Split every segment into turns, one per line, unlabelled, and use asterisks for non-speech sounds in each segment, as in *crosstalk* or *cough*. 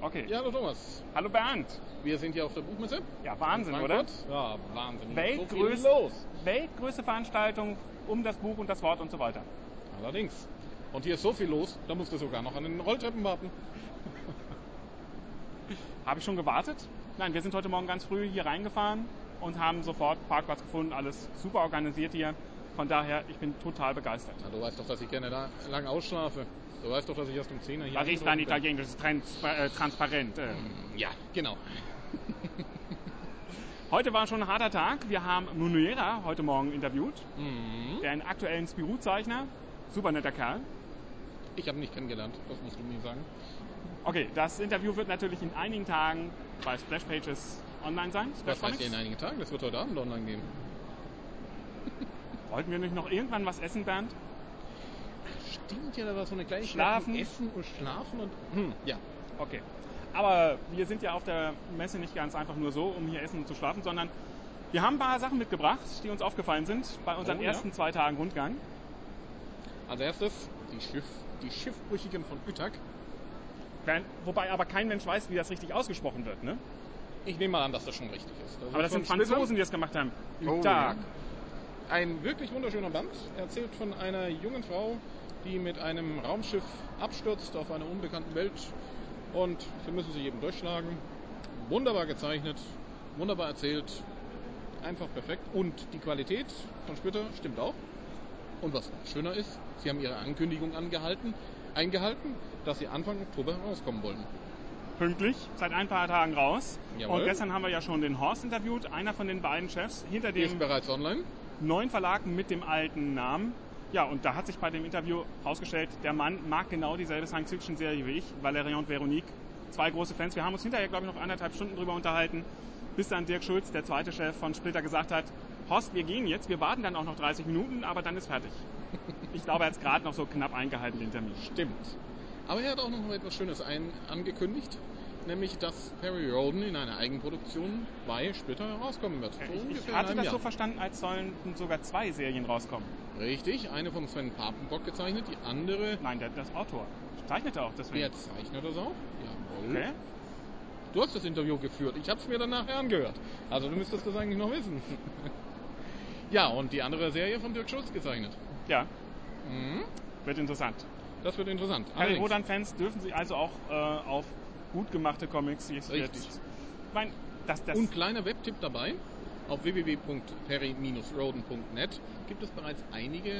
Okay.
Ja, hallo Thomas.
Hallo Bernd.
Wir sind hier auf der Buchmesse.
Ja, Wahnsinn,
in
oder?
Frankfurt. Ja, Wahnsinn. So viel
Weltgröß
los.
Weltgrößte Veranstaltung um das Buch und das Wort und so weiter.
Allerdings. Und hier ist so viel los, da musst du sogar noch an den Rolltreppen warten.
Habe ich schon gewartet? Nein, wir sind heute Morgen ganz früh hier reingefahren und haben sofort Parkplatz gefunden. Alles super organisiert hier. Von daher, ich bin total begeistert.
Na, du weißt doch, dass ich gerne da lang ausschlafe. Du weißt doch, dass ich erst um 10 Uhr hier
Das ist ein
eingetroffen bin.
italienisches Trans äh, Transparent. Äh.
Ja, genau.
Heute war schon ein harter Tag. Wir haben Munera heute Morgen interviewt,
Mhm.
der einen aktuellen Spirou-Zeichner. Super netter Kerl.
Ich habe ihn nicht kennengelernt, das musst du mir sagen.
Okay, das Interview wird natürlich in einigen Tagen bei Splash Pages online sein. Splash
Das heißt
Comics.
ja in einigen Tagen, das wird heute Abend online gehen.
Wollten wir nicht noch irgendwann was essen, Bernd?
Stimmt ja, da war so eine Gleichheit.
Schlafen.
Essen und Schlafen und... Hm, ja.
Okay. Aber wir sind ja auf der Messe nicht ganz einfach nur so, um hier essen und zu schlafen, sondern wir haben ein paar Sachen mitgebracht, die uns aufgefallen sind bei unseren
Oh, ja.
ersten zwei Tagen Rundgang.
Als erstes die, Schiff, die Schiffbrüchigen von Utak.
Wer- Wobei aber kein Mensch weiß, wie das richtig ausgesprochen wird. Ne?
Ich nehme mal an, dass das schon richtig ist.
Aber das sind
schon Spitznamen.
Franzosen, die das gemacht haben.
Oh,
Tag.
Ein wirklich wunderschöner Band, erzählt von einer jungen Frau, die mit einem Raumschiff abstürzt auf einer unbekannten Welt und sie müssen sich eben durchschlagen. Wunderbar gezeichnet, wunderbar erzählt, einfach perfekt. Und die Qualität von Splitter stimmt auch. Und was noch schöner ist, sie haben ihre Ankündigung angehalten, eingehalten, dass sie Anfang Oktober rauskommen wollen.
Pünktlich, seit ein paar Tagen raus.
Jawohl.
Und gestern haben wir ja schon den Horst interviewt, einer von den beiden Chefs, hinter
Ist
dem
bereits online.
neuen Verlag mit dem alten Namen. Ja, und da hat sich bei dem Interview herausgestellt, der Mann mag genau dieselbe Science-Fiction-Serie wie ich, Valerian und Veronique. Zwei große Fans. Wir haben uns hinterher, glaube ich, noch anderthalb Stunden drüber unterhalten, bis dann Dirk Schulz, der zweite Chef von Splitter, gesagt hat, Horst, wir gehen jetzt, wir warten dann auch noch 30 Minuten, aber dann ist fertig. Ich glaube, er hat es gerade noch so knapp eingehalten, den Termin.
Stimmt. Aber er hat auch noch etwas Schönes ein angekündigt, nämlich dass Perry Roden in einer Eigenproduktion bei Splitter herauskommen wird. So
Ich, ich
ungefähr
hatte
in einem
das so
Jahr.
verstanden, als sollten sogar zwei Serien rauskommen.
Richtig, eine von Sven Papenbock gezeichnet, die andere,
Nein, der, das Autor. Zeichnete auch deswegen.
wer zeichnet das auch? Jawohl.
Okay.
Du hast das Interview geführt, ich habe es mir dann nachher angehört. Also du müsstest das eigentlich noch wissen. *laughs* ja, und die andere Serie von Dirk Schulz gezeichnet.
Ja,
Mhm.
wird interessant.
Das wird interessant.
Harry
Allerdings-
Rodan-Fans dürfen sich also auch äh, auf gut gemachte Comics jetzt.
Richtig.
jetzt- Ich meine, das, das,
Und kleiner Webtipp dabei. Auf www.perry-roden.net gibt es bereits einige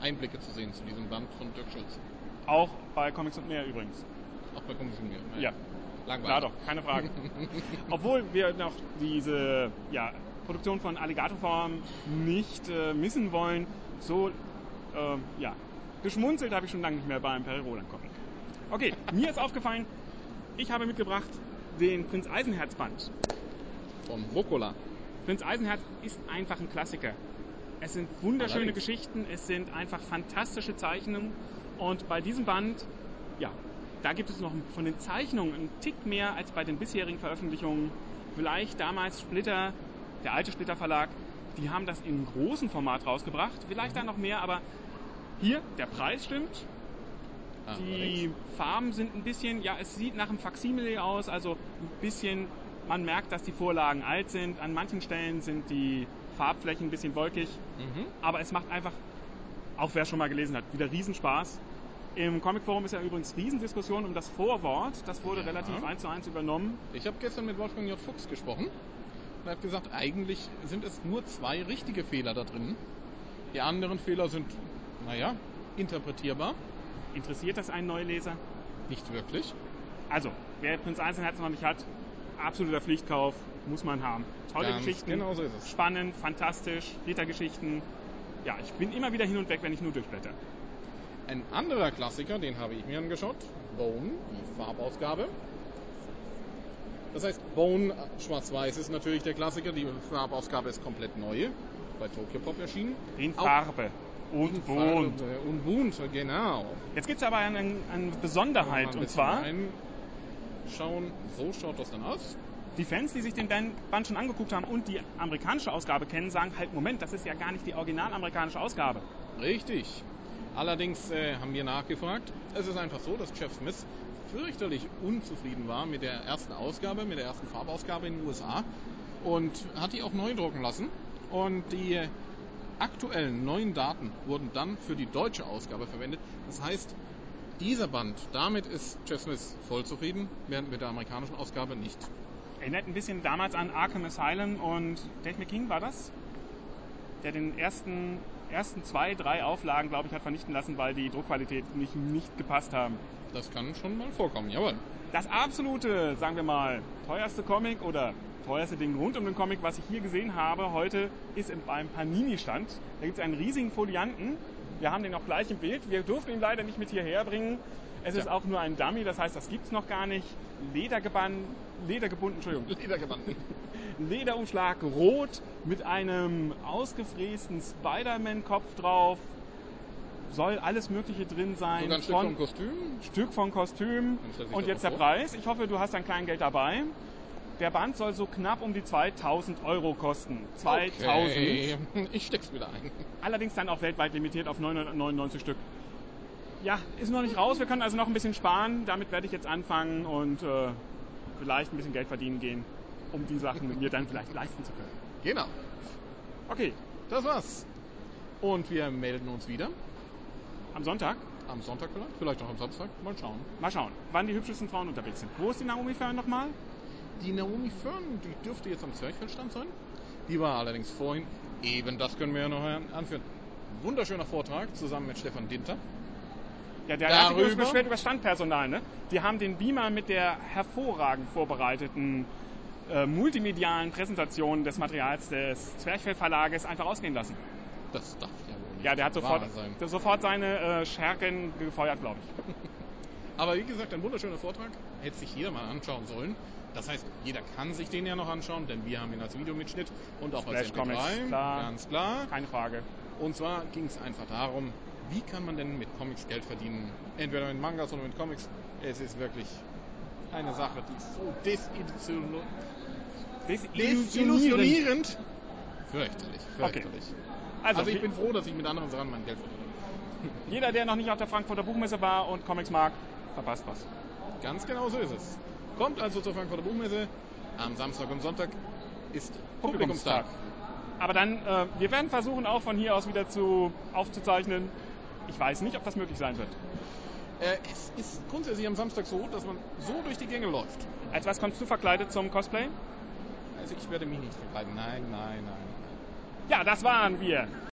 Einblicke zu sehen zu diesem Band von Dirk Schulz.
auch bei Comics und mehr übrigens.
Auch bei Kommission wir.
Ja, klar
langweilig.
doch, keine
*laughs*
Frage. Obwohl wir noch diese ja, Produktion von Alligatorform nicht äh, missen wollen, so, ähm, ja, geschmunzelt habe ich schon lange nicht mehr bei einem Perry Rodan-Comic. Okay, mir ist aufgefallen, ich habe mitgebracht den Prinz Eisenherz-Band.
Von Vokola.
Prinz Eisenherz ist einfach ein Klassiker. Es sind wunderschöne
Allerdings.
Geschichten, es sind einfach fantastische Zeichnungen. Und bei diesem Band, ja, da gibt es noch von den Zeichnungen einen Tick mehr als bei den bisherigen Veröffentlichungen. Vielleicht damals Splitter, der alte Splitter Verlag, die haben das in großem Format rausgebracht. Vielleicht da noch mehr, aber hier, der Preis stimmt.
Allerdings.
Die Farben sind ein bisschen, ja, es sieht nach einem Faksimile aus, also ein bisschen, man merkt, dass die Vorlagen alt sind. An manchen Stellen sind die Farbflächen ein bisschen wolkig,
Mhm.
aber es macht einfach, auch wer schon mal gelesen hat, wieder Riesenspaß. Im Comicforum ist ja übrigens Riesendiskussion um das Vorwort. Das wurde
Ja.
relativ eins zu eins übernommen.
Ich habe gestern mit Wolfgang J. Fuchs gesprochen und er hat gesagt, eigentlich sind es nur zwei richtige Fehler da drin. Die anderen Fehler sind, naja, interpretierbar.
Interessiert das einen Neuleser?
Nicht wirklich.
Also, wer Prinz Einzelherz noch nicht hat, absoluter Pflichtkauf, muss man haben. Tolle
Ganz
Geschichten.
Genau so ist es.
spannend, fantastisch, Rittergeschichten. Ja, ich bin immer wieder hin und weg, wenn ich nur durchblätter.
Ein anderer Klassiker, den habe ich mir angeschaut, Bone, die Farbausgabe. Das heißt, Bone äh, schwarz-weiß ist natürlich der Klassiker, die Farbausgabe ist komplett neu, bei Tokyo Pop erschienen.
In
Auch-
Farbe und Wohn.
Farbe äh, Und Wound, genau.
Jetzt gibt es aber eine, eine
Mal
Besonderheit
ein
Halt, und
bisschen
zwar
Reinschauen, so schaut das dann aus.
die Fans, die sich den Band Band schon angeguckt haben und die amerikanische Ausgabe kennen, sagen halt, Moment, das ist ja gar nicht die original amerikanische Ausgabe.
Richtig. Allerdings äh, haben wir nachgefragt. Es ist einfach so, dass Jeff Smith fürchterlich unzufrieden war mit der ersten Ausgabe, mit der ersten Farbausgabe in den USA und hat die auch neu drucken lassen. Und die äh, aktuellen neuen Daten wurden dann für die deutsche Ausgabe verwendet. Das heißt, dieser Band, damit ist Jeff Smith voll zufrieden, während mit der amerikanischen Ausgabe nicht.
Erinnert ein bisschen damals an Arkham Asylum und Dave McKean war das, der den ersten, ersten zwei, drei Auflagen, glaube ich, hat vernichten lassen, weil die Druckqualität nicht, nicht gepasst haben.
Das kann schon mal vorkommen, jawohl.
Das absolute, sagen wir mal, teuerste Comic oder teuerste Ding rund um den Comic, was ich hier gesehen habe, heute ist in- beim Panini-Stand. Da gibt es einen riesigen Folianten. Wir haben den auch gleich im Bild. Wir durften ihn leider nicht mit hierher bringen. Es ist
Ja.
auch nur ein Dummy, das heißt, das gibt's noch gar nicht. Ledergebannt, ledergebunden, Entschuldigung,
Ledergewand.
Lederumschlag rot mit einem ausgefrästen Spider-Man-Kopf drauf. Soll alles Mögliche drin sein.
Sogar ein Stück
von-
vom Kostüm.
Stück von Kostüm.
Mensch, das sieht
Und
doch
jetzt der
aus.
Preis. Ich hoffe, du hast dein Kleingeld dabei. Der Band soll so knapp um die 2000 Euro kosten. 2000.
Okay. Ich steck's wieder ein.
Allerdings dann auch weltweit limitiert auf 999 Stück. Ja, ist noch nicht raus. Wir können also noch ein bisschen sparen. Damit werde ich jetzt anfangen und äh, vielleicht ein bisschen Geld verdienen gehen, um die Sachen mir dann vielleicht leisten zu können.
Genau.
Okay,
Das war's. Und wir melden uns wieder.
am Sonntag.
Am Sonntag vielleicht, vielleicht auch am Samstag. Mal schauen.
Mal schauen, wann die hübschesten Frauen unterwegs sind. Wo ist die Naomi Fern nochmal?
Die Naomi Fern, die dürfte jetzt am Zwerchfellstand sein. Die war allerdings vorhin, eben das können wir ja noch an- anführen. Wunderschöner Vortrag zusammen mit Stefan Dinter.
Ja, der hat sich übrigens
Darüber?
beschwert über Standpersonal, ne? Die haben den Beamer mit der hervorragend vorbereiteten äh, multimedialen Präsentation des Materials des Zwerchfell Verlages einfach ausgehen lassen.
Das darf ja wohl nicht
Ja, der hat
wahr
sofort,
sein.
der sofort seine äh, Schergen gefeuert, glaube ich.
Aber wie gesagt, ein wunderschöner Vortrag. Hätte sich jeder mal anschauen sollen. Das heißt, jeder kann sich den ja noch anschauen, denn wir haben ihn als Videomitschnitt und auch als
Flash Comics,
MP3.
klar.
Ganz klar.
Keine Frage.
Und zwar ging es einfach darum, wie kann man denn mit Comics Geld verdienen? Entweder mit Mangas oder mit Comics. Es ist wirklich eine Sache, die ist so desillusionierend.
Desillusionierend.
Desillusionierend. Fürchterlich, fürchterlich.
Also,
Also ich bin froh, dass ich mit anderen Sachen mein Geld verdiene.
jeder, der noch nicht auf der Frankfurter Buchmesse war und Comics mag, verpasst was.
Ganz genau so ist es. Kommt also zur Frankfurter Buchmesse. Am Samstag und Sonntag ist Publikumstag.
Aber dann, äh, wir werden versuchen, auch von hier aus wieder zu aufzuzeichnen. Ich weiß nicht, ob das möglich sein wird.
Äh, es ist grundsätzlich am Samstag so, dass man so durch die Gänge läuft.
Als was kommst du verkleidet zum Cosplay?
Also ich werde mich nicht verkleiden. Nein, nein, nein.
Ja, das waren wir.